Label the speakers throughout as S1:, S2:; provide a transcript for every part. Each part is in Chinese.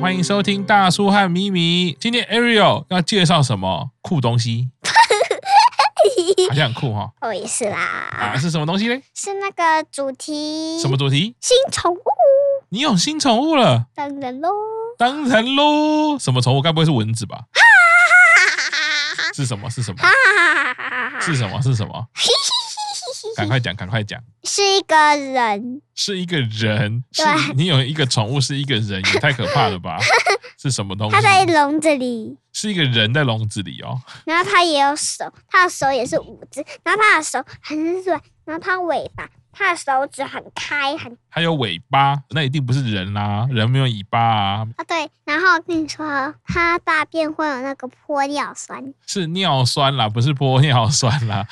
S1: 欢迎收听大叔和咪咪。今天 Ariel 要介绍什么酷东西？好像很酷哈、
S2: 我哦也是啦
S1: 啊，，是什么东西嘞？
S2: 是那个主题
S1: 什么主题？
S2: 新宠物？
S1: 你有新宠物了？
S2: 当然喽，
S1: 当然喽。什么宠物？该不会是蚊子吧？是什么？是什么？是什么？是什么？赶快讲，赶快讲。
S2: 是一个人，
S1: 是一个人，是
S2: 对
S1: 你有一个宠物是一个人，也太可怕了吧？是什么东西
S2: 它？在笼子里，
S1: 是一个人在笼子里哦。
S2: 然后它也有手，它的手也是五只，然后它的手很软，然后它尾巴，它的手指很开很
S1: 还有尾巴，那一定不是人啦、人没有尾巴啊，
S2: 啊对，然后我跟你说，它大便会有那个玻尿酸，
S1: 是尿酸啦，不是玻尿酸啦。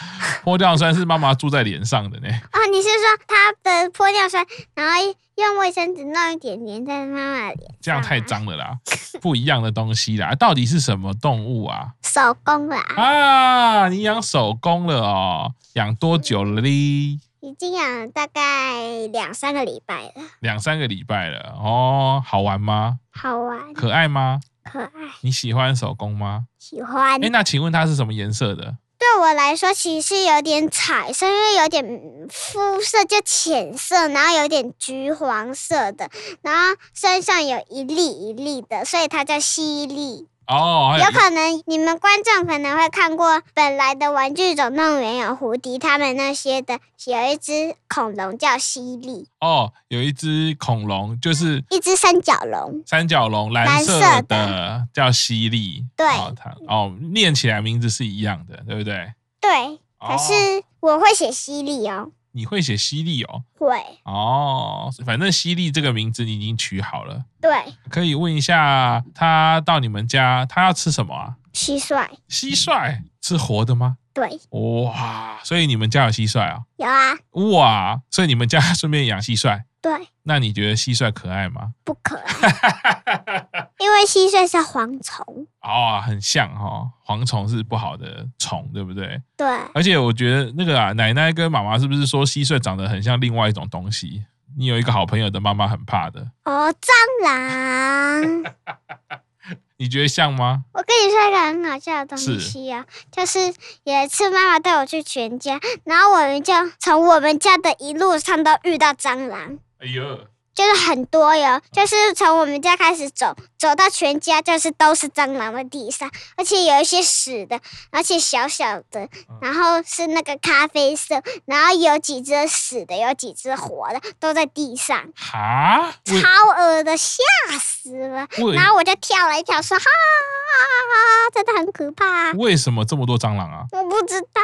S1: 玻尿酸是妈妈注在脸上的呢。
S2: 哦，你是说它的玻尿酸，然后用卫生纸弄一点粘在妈妈的脸，
S1: 这样太脏了啦，不一样的东西啦，到底是什么动物啊？
S2: 手工啦，
S1: 啊，你养手工了哦，养多久了哩？
S2: 已经养了大概两三个礼拜了，
S1: 两三个礼拜了哦，好玩吗？
S2: 好玩，
S1: 可爱吗？
S2: 可爱，
S1: 你喜欢手工吗？
S2: 喜欢。
S1: 哎诶，那请问它是什么颜色的？
S2: 对我来说，其实有点彩色，因为有点嗯肤色就浅色，然后有点橘黄色的，然后身上有一粒一粒的，所以它叫犀利。
S1: 哦，还
S2: 有
S1: 有
S2: 可能你们观众可能会看过本来的《玩具总动员》有胡迪他们那些的，有一只恐龙叫犀利，
S1: 哦，有一只恐龙，就是
S2: 一只三角龙。
S1: 三角龙，蓝色
S2: 蓝色
S1: 的叫犀利。
S2: 对
S1: 哦，它哦，念起来名字是一样的，对不对？
S2: 对，
S1: 哦
S2: 可是我会写犀利哦，
S1: 你会写犀利哦，
S2: 会，
S1: 哦，反正犀利这个名字你已经取好了。
S2: 对，
S1: 可以问一下他到你们家，他要吃什么啊？
S2: 蟋蟀，
S1: 蟋蟀是活的吗？
S2: 对，
S1: 哇，所以你们家有蟋蟀啊？
S2: 有啊，
S1: 哇，所以你们家顺便养蟋蟀，
S2: 对，
S1: 那你觉得蟋蟀可爱吗？
S2: 不可爱，因为蟋蟀是蝗虫，
S1: 哦，很像哦，蝗虫是不好的虫，对不对？
S2: 对，
S1: 而且我觉得那个啊，奶奶跟妈妈是不是说蟋蟀长得很像另外一种东西？你有一个好朋友的妈妈很怕的，
S2: 哦，蟑螂。
S1: 你觉得像吗？
S2: 我跟你说一个很好笑的东西啊，就是有一次妈妈带我去全家，然后我们就从我们家的一路上都遇到蟑螂，
S1: 哎呦，
S2: 就是很多哟，就是从我们家开始走，走到全家就是都是蟑螂的地上，而且有一些死的，而且小小的，然后是那个咖啡色，然后有几只死的，有几只活的，都在地上，
S1: 哈，我
S2: 超恶的，吓死了。
S1: 我
S2: 然后我就跳了一跳，说哈、啊，真的很可怕、
S1: 为什么这么多蟑螂啊？
S2: 我不知道，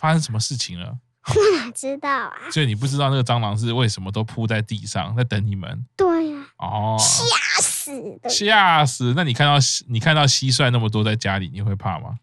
S1: 发生什么事情了？
S2: 我哪知道啊？
S1: 所以你不知道那个蟑螂是为什么都铺在地上在等你们
S2: 对呀、
S1: 哦，
S2: 吓死的！
S1: 吓死！那你看到你看到蟋蟀那么多在家里，你会怕吗？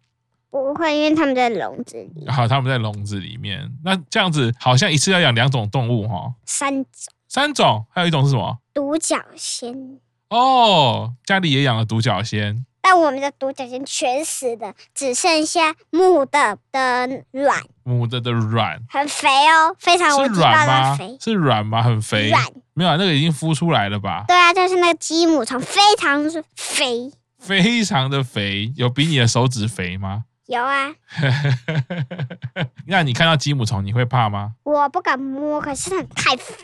S2: 不会，因为他们在笼子里，
S1: 好，他们在笼子里面，那这样子好像一次要养两种动物哈、哦，
S2: 三种
S1: 三种，还有一种是什么？
S2: 独角仙。
S1: 哦，家里也养了独角仙，
S2: 但我们的独角仙全死的，只剩下母的的卵，
S1: 母的的卵
S2: 很肥哦，非常
S1: 是
S2: 我知道
S1: 卵
S2: 的
S1: 吗
S2: 肥？。
S1: 是卵吗？很肥
S2: 卵，
S1: 没有啊，那个已经孵出来了吧？
S2: 对啊，就是那个鸡母虫，非常肥。
S1: 非常的肥，有比你的手指肥吗？
S2: 有啊，
S1: 那你看到鸡母虫，你会怕吗？
S2: 我不敢摸，可是它太肥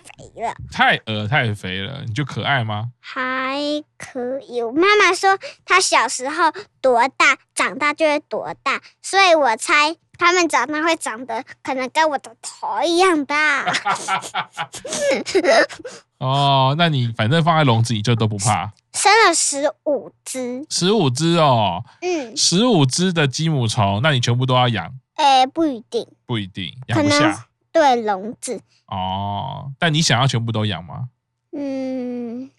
S2: 了，
S1: 太恶太肥了，你就可爱吗？
S2: 还可以。我妈妈说它小时候多大，长大就会多大，所以我猜它们长大会长得可能跟我的头一样 大。
S1: 哦，那你反正放在笼子里就都不怕。
S2: 生了十五只，
S1: 十五只哦，
S2: 嗯，
S1: 十五只的鸡母虫，那你全部都要养？
S2: 诶，哎不一定。
S1: 不一定，养
S2: 可
S1: 不
S2: 能
S1: 下
S2: 对笼子，
S1: 哦。但你想要全部都养吗？
S2: 嗯，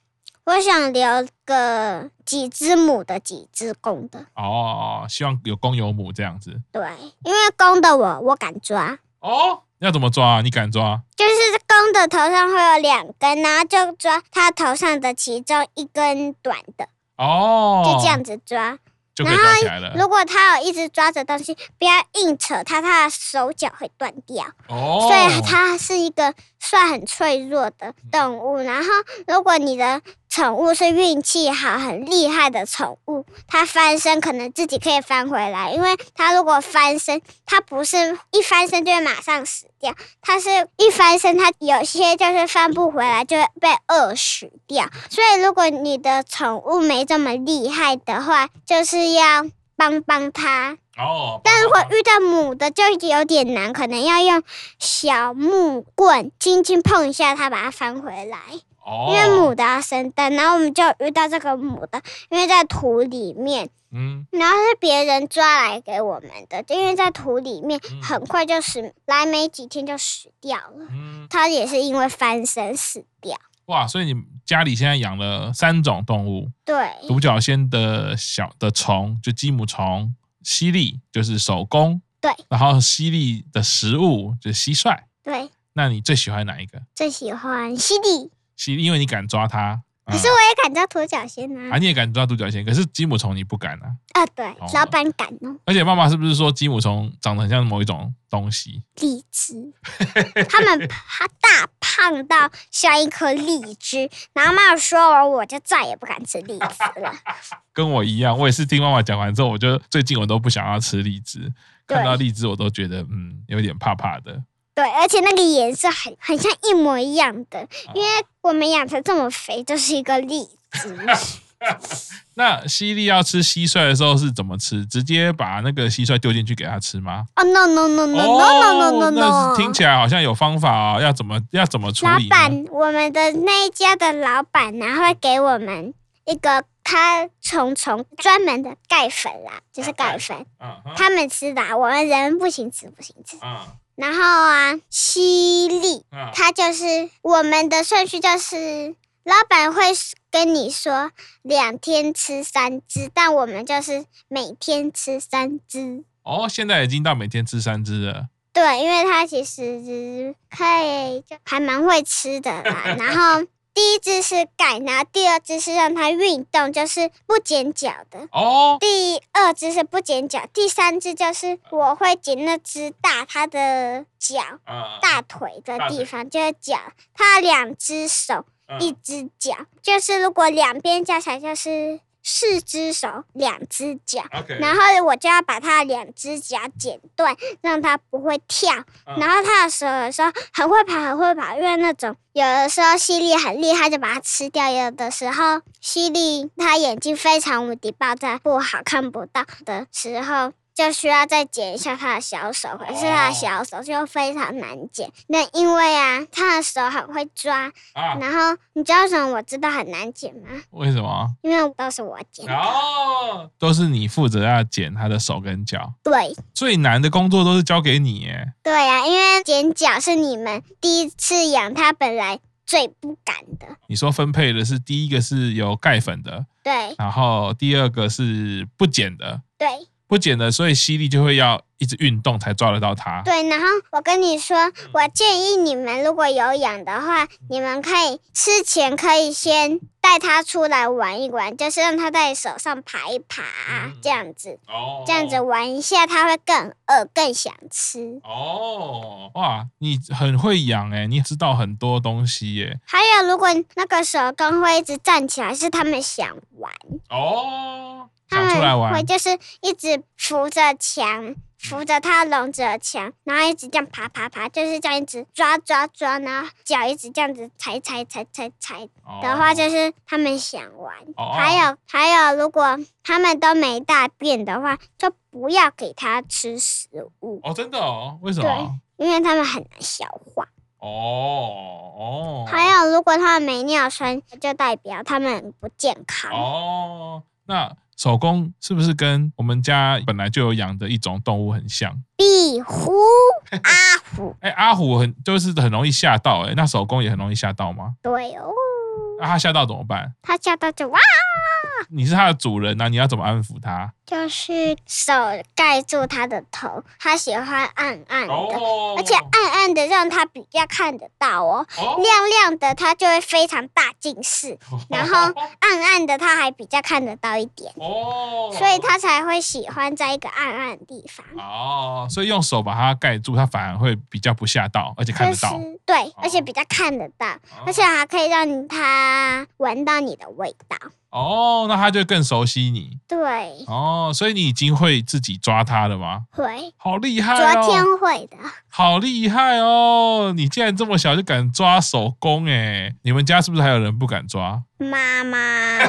S2: 我想留个几只母的，几只公的。
S1: 哦，希望有公有母这样子。
S2: 对，因为公的我我敢抓，
S1: 哦，要怎么抓？你敢抓？
S2: 就是公的头上会有两根，然后就抓它头上的其中一根短的，
S1: 哦，
S2: 就这样子抓。
S1: 就可以抓起来了。
S2: 如果它有一直抓着东西，不要硬扯它，它的手脚会断掉。
S1: 哦，
S2: 所以它是一个算很脆弱的动物。然后，如果你的宠物是运气好、很厉害的宠物，它翻身可能自己可以翻回来，因为它如果翻身，它不是一翻身就会马上死掉，它是一翻身，它有些就是翻不回来，就会被饿死掉。所以如果你的宠物没这么厉害的话，就是要帮帮它。
S1: 哦，
S2: 但如果
S1: 爸爸
S2: 遇到母的就有点难，可能要用小木棍轻轻碰一下它，把它翻回来。
S1: 哦，
S2: 因为母的要生蛋，然后我们就遇到这个母的，因为在土里面，
S1: 嗯
S2: 然后是别人抓来给我们的，因为在土里面
S1: 嗯
S2: 很快就死，来没几天就死掉了。
S1: 嗯，
S2: 它也是因为翻身死掉。
S1: 哇，所以你家里现在养了三种动物，
S2: 对，
S1: 独角仙的小的虫就鸡母虫，犀利就是手工，
S2: 对，
S1: 然后犀利的食物就是蟋蟀。
S2: 对，
S1: 那你最喜欢哪一个？
S2: 最喜欢犀利，
S1: 犀利，因为你敢抓它，
S2: 可是我也敢抓独角仙
S1: 嗯
S2: 啊
S1: 啊，！你也敢抓独角仙，可是鸡母虫你不敢啊。
S2: 啊，对
S1: 哦，
S2: 老板敢哦，
S1: 而且妈妈是不是说鸡母虫长得很像某一种东西？
S2: 荔枝，他们他大胖到像一颗荔枝，然后妈妈说完我就再也不敢吃荔 枝了。
S1: 跟我一样，我也是听妈妈讲完之后，我就最近我都不想要吃荔枝，
S2: 对
S1: 看到荔枝我都觉得嗯有点怕怕的。
S2: 对，而且那个颜色很很像一模一样
S1: 哦
S2: 的，因为我们养成这么肥，就是一个例 子。
S1: 那犀利要吃蟋蟀的时候是怎么吃？直接把那个蟋蟀丢进去给它吃吗？哦
S2: 哦、no no no no no no no no
S1: 那
S2: no！
S1: 是听起来好像有方法哦，要怎么要怎么处
S2: 老
S1: 理呢？
S2: 板，我们的那一家的老板呢，会给我们一个他虫虫专门的钙粉啦，就是钙粉，
S1: 嗯哼
S2: 他们吃的啊，我们人不行吃，不行吃。
S1: 嗯
S2: 然后啊，犀利，
S1: 嗯
S2: 它就是我们的顺序就是，老板会跟你说两天吃三只，但我们就是每天吃三只。
S1: 哦，现在已经到每天吃三只了。
S2: 对，因为它其实可以就还蛮会吃的啦。然后第一只是钙，然后第二只是让它运动，就是不剪脚的。
S1: 哦
S2: 第二只是不剪脚，第三只就是我会剪那只大它的脚，
S1: 嗯
S2: 大腿的地方，就是脚，它两只手，一只脚，就是如果两边加起来就是四只手，两只脚。
S1: OK，
S2: 然后我就要把它两只脚剪断，让它不会跳。
S1: 嗯
S2: 然后它的手有时候很会跑，很会跑，因为那种有的时候犀利很厉害，就把它吃掉；有的时候犀利它眼睛非常无敌爆炸不好看不到的时候。就需要再剪一下它的小手，可是
S1: 哦
S2: 它的小手就非常难剪。那因为啊，它的手很会抓，
S1: 啊，
S2: 然后你知道为什么我知道很难剪吗？
S1: 为什么？
S2: 因为都是我剪。
S1: 哦，都是你负责要剪它的手跟脚，
S2: 对，
S1: 最难的工作都是交给你耶。
S2: 对呀、因为剪脚是你们第一次养它，本来最不敢的。
S1: 你说分配的是第一个是有钙粉的，
S2: 对
S1: 然后第二个是不剪的，
S2: 对
S1: 不剪的，所以犀利就会要一直运动才抓得到它。
S2: 对，然后我跟你说，我建议你们如果有养的话，你们可以吃前可以先带它出来玩一玩，就是让它在手上爬一爬
S1: 嗯，
S2: 这样子，
S1: 哦
S2: 这样子。玩一下，它会更饿，更想吃。
S1: 哦，哇，你很会养哎，你知道很多东西耶。
S2: 还有，如果那个手工会一直站起来，是它们想玩。
S1: 哦，
S2: 他
S1: 想出来
S2: 们会
S1: 玩。
S2: 就是一直扶着墙，扶着它的笼子的墙，然后一直这样爬爬爬，就是这样一直抓抓抓，然后脚一直这样子踩踩踩踩踩的话，
S1: 哦
S2: 就是他们想玩。
S1: 哦
S2: 还有还有，如果他们都没大便的话，就不要给它吃食物，
S1: 哦，真的哦，为什么？
S2: 因为他们很难消化。
S1: 哦哦，
S2: 还有，如果他们没尿酸，就代表他们不健康。
S1: 哦，那手工是不是跟我们家本来就有养的一种动物很像？
S2: 壁虎、阿虎，
S1: 哎、阿虎很就是很容易吓到、哎，那手工也很容易吓到吗？
S2: 对哦，
S1: 那、它吓到怎么办？
S2: 它叫它就哇。
S1: 啊你是它的主人呐、你要怎么安抚它？
S2: 就是手盖住它的头，它喜欢暗暗的，
S1: 哦，
S2: 而且暗暗的让它比较看得到哦，
S1: 哦
S2: 亮亮的它就会非常大近视，然后暗暗的它还比较看得到一点，
S1: 哦，
S2: 所以它才会喜欢在一个暗暗的地方。
S1: 哦，所以用手把它盖住，它反而会比较不吓到，而且看
S2: 就
S1: 得
S2: 是
S1: 到。哦
S2: 对，而且比较看得到，而且还可以让它闻到你的味道。
S1: 哦，那它就更熟悉你
S2: 对，
S1: 哦，所以你已经会自己抓它了吗？
S2: 会。
S1: 好厉害哦！
S2: 昨天会的，
S1: 好厉害哦！你竟然这么小就敢抓手工哎！你们家是不是还有人不敢抓？
S2: 妈妈 啊，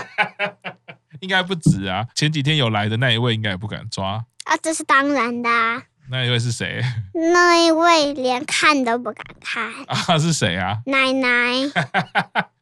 S1: 应该不止啊！前几天有来的那一位应该也不敢抓，
S2: 啊这是当然的、啊。
S1: 那一位是谁
S2: 那一位连看都不敢看，
S1: 啊？是谁啊？
S2: 奶奶。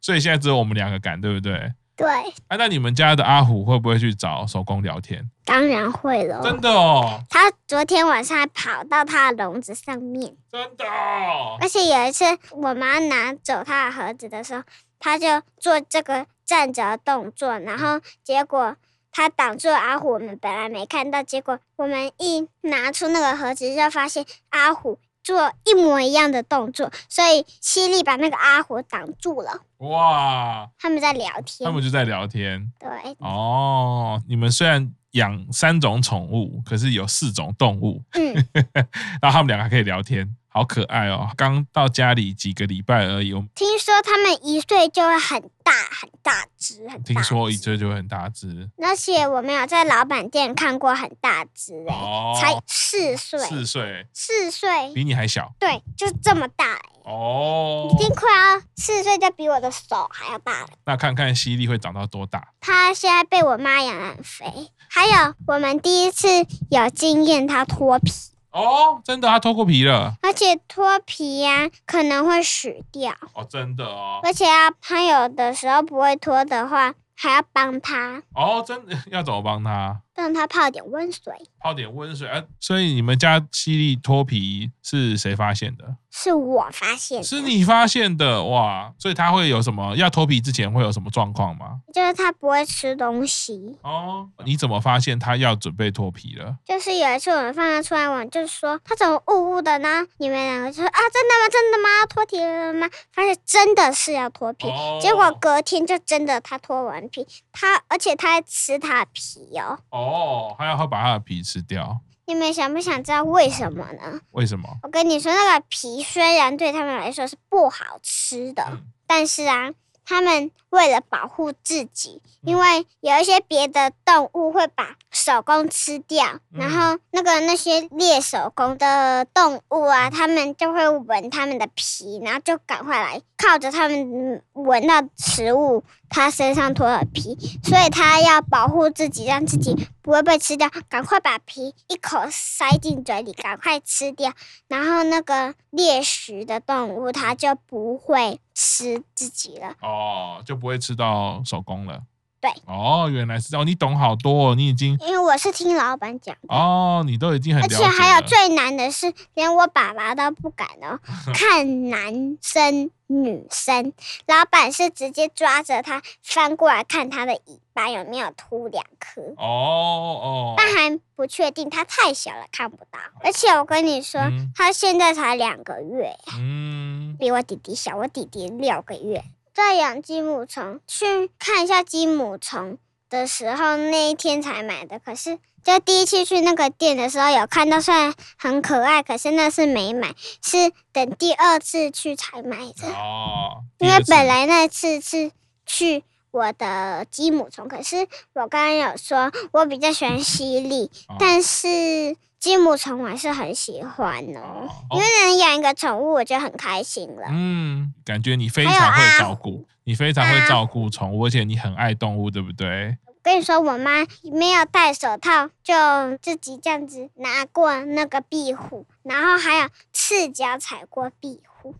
S1: 所以现在只有我们两个敢，对不对？
S2: 对，
S1: 啊，那你们家的阿虎会不会去找手工聊天？
S2: 当然会
S1: 真
S2: 喽。
S1: 的哦，
S2: 他昨天晚上还跑到他的笼子上面，
S1: 真的哦，
S2: 而且有一次我妈拿走他的盒子的时候，他就做这个站着的动作，然
S1: 嗯
S2: 后结果他挡住了阿虎，我们本来没看到，结果我们一拿出那个盒子，就发现阿虎做一模一样的动作，所以犀利把那个阿虎挡住了。
S1: 哇！
S2: 他们在聊天
S1: 他，们就在聊天
S2: 对，
S1: 哦。你们虽然养三种宠物，可是有四种动物，
S2: 嗯。
S1: 然后他们两个还可以聊天，好可爱哦！刚到家里几个礼拜而已，我
S2: 听说他们一岁就会很大很大只，很大只
S1: 听说一。追就会很大只
S2: 而且我没有在老板店看过很大只欸
S1: 哦，
S2: 才四岁，
S1: 四岁，
S2: 四岁，
S1: 比你还小
S2: 对，就这么大欸，
S1: 哦
S2: 已。经快要四岁，就比我的手还要大了。
S1: 那看看犀利会长到多大？
S2: 它现在被我妈养得很肥，还有我们第一次有经验它脱皮，
S1: 哦，真的，它脱过皮了
S2: 而且脱皮呀、可能会死掉，
S1: 哦，真的哦，
S2: 而且要它有的时候不会脱的话，还要帮它
S1: 哦，真 的要怎么帮它？
S2: 让它泡点温水。
S1: 泡点温水啊！所以你们家犀利脱皮是谁发现的？
S2: 是我发现的，
S1: 是你发现的哇！所以它会有什么？要脱皮之前会有什么状况吗？
S2: 就是它不会吃东西。
S1: 哦，你怎么发现它要准备脱皮了？
S2: 就是有一次我们放它出来玩，就是说它怎么雾雾的呢？你们两个就说啊，真的吗？真的吗？脱皮了吗？发现真的是要脱皮，
S1: 哦
S2: 结果隔天就真的它脱完皮，它而且它还吃它的皮哦。
S1: 哦，它要把它的皮吃掉，
S2: 你们想不想知道为什么呢？
S1: 为什么？
S2: 我跟你说，那个皮虽然对他们来说是不好吃的，
S1: 嗯
S2: 但是啊，他们为了保护自己，因为有一些别的动物会把手工吃掉，然后那个那些猎手工的动物啊，它们就会闻它们的皮，然后就赶快来靠着它们闻到食物，它身上脱了皮，所以它要保护自己，让自己不会被吃掉，赶快把皮一口塞进嘴里，赶快吃掉。然后那个猎食的动物它就不会吃自己了。
S1: 哦，就不会吃到手工了。
S2: 对。
S1: 哦，原来是这样，你懂好多、哦，你已经
S2: 因为我是听老板讲，
S1: 哦，你都已经很了
S2: 而
S1: 解啊
S2: 且还有
S1: 了
S2: 最难的是，连我爸爸都不敢 哦，看男生女生，老板是直接抓着他翻过来看他的尾巴有没有凸两颗。
S1: 哦哦，
S2: 但还不确定，他太小了看不到。而且我跟你说，
S1: 哦嗯
S2: 他现在才两个月，
S1: 嗯，
S2: 比我弟弟小，我弟弟六个月。在养鸡母虫，去看一下鸡母虫的时候，那一天才买的。可是就第一次去那个店的时候有看到，虽然很可爱，可是那是没买，是等第二次去才买的。
S1: 哦，
S2: 嗯因
S1: 第
S2: 为
S1: 二次
S2: 本来那次是去我的鸡母虫，可是我刚刚有说我比较喜欢犀利，
S1: 哦
S2: 但是鸡母虫我还是很喜欢哦。
S1: 哦
S2: 因为能养一个宠物，我觉得很开心了。
S1: 嗯，感觉你非
S2: 还有
S1: 常会
S2: 啊
S1: 照顾，你非常会
S2: 啊
S1: 照顾宠物，而且你很爱动物，对不对？
S2: 跟你说，我妈没有戴手套，就自己这样子拿过那个壁虎，然后还有赤脚踩过壁虎，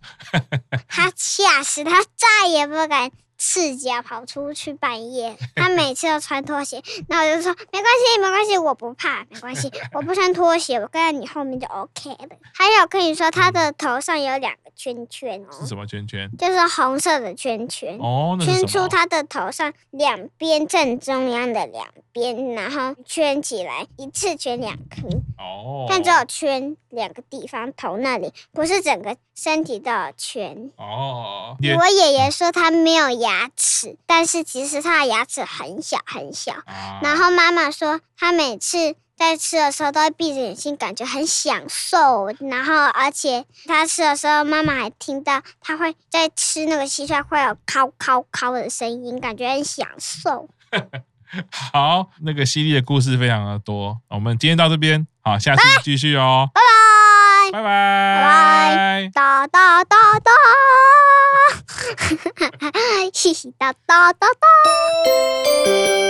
S2: 她吓死，她再也不敢赤脚跑出去半夜，他每次都穿拖鞋，然后我就说没关系，没关系，我不怕，没关系，我不穿拖鞋，我跟在你后面就 OK 了。还有跟你说，他的头上有两个圈圈
S1: 是
S2: 哦，
S1: 什么圈圈？
S2: 就是红色的圈圈，
S1: 哦，那是
S2: 圈
S1: 什
S2: 出
S1: 么？
S2: 他的头上两边正中央的两边，然后圈起来，一次圈两颗，
S1: 哦，
S2: 但只有圈两个地方，头那里不是整个身体都有圈。
S1: 哦，你
S2: 我爷爷说他没有牙齿，但是其实他的牙齿很小很小。
S1: 啊
S2: 然后妈妈说，她每次在吃的时候都会闭着眼睛，感觉很享受。然后，而且她吃的时候，妈妈还听到她会在吃那个蟋蟀会有“敲敲敲”的声音，感觉很享受。
S1: 好，那个犀利的故事非常的多，我们今天到这边，好，下次继续哦，
S2: 拜拜，
S1: 拜拜，
S2: 拜
S1: 拜。
S2: 哒哒哒 哒，嘻嘻哒哒哒哒。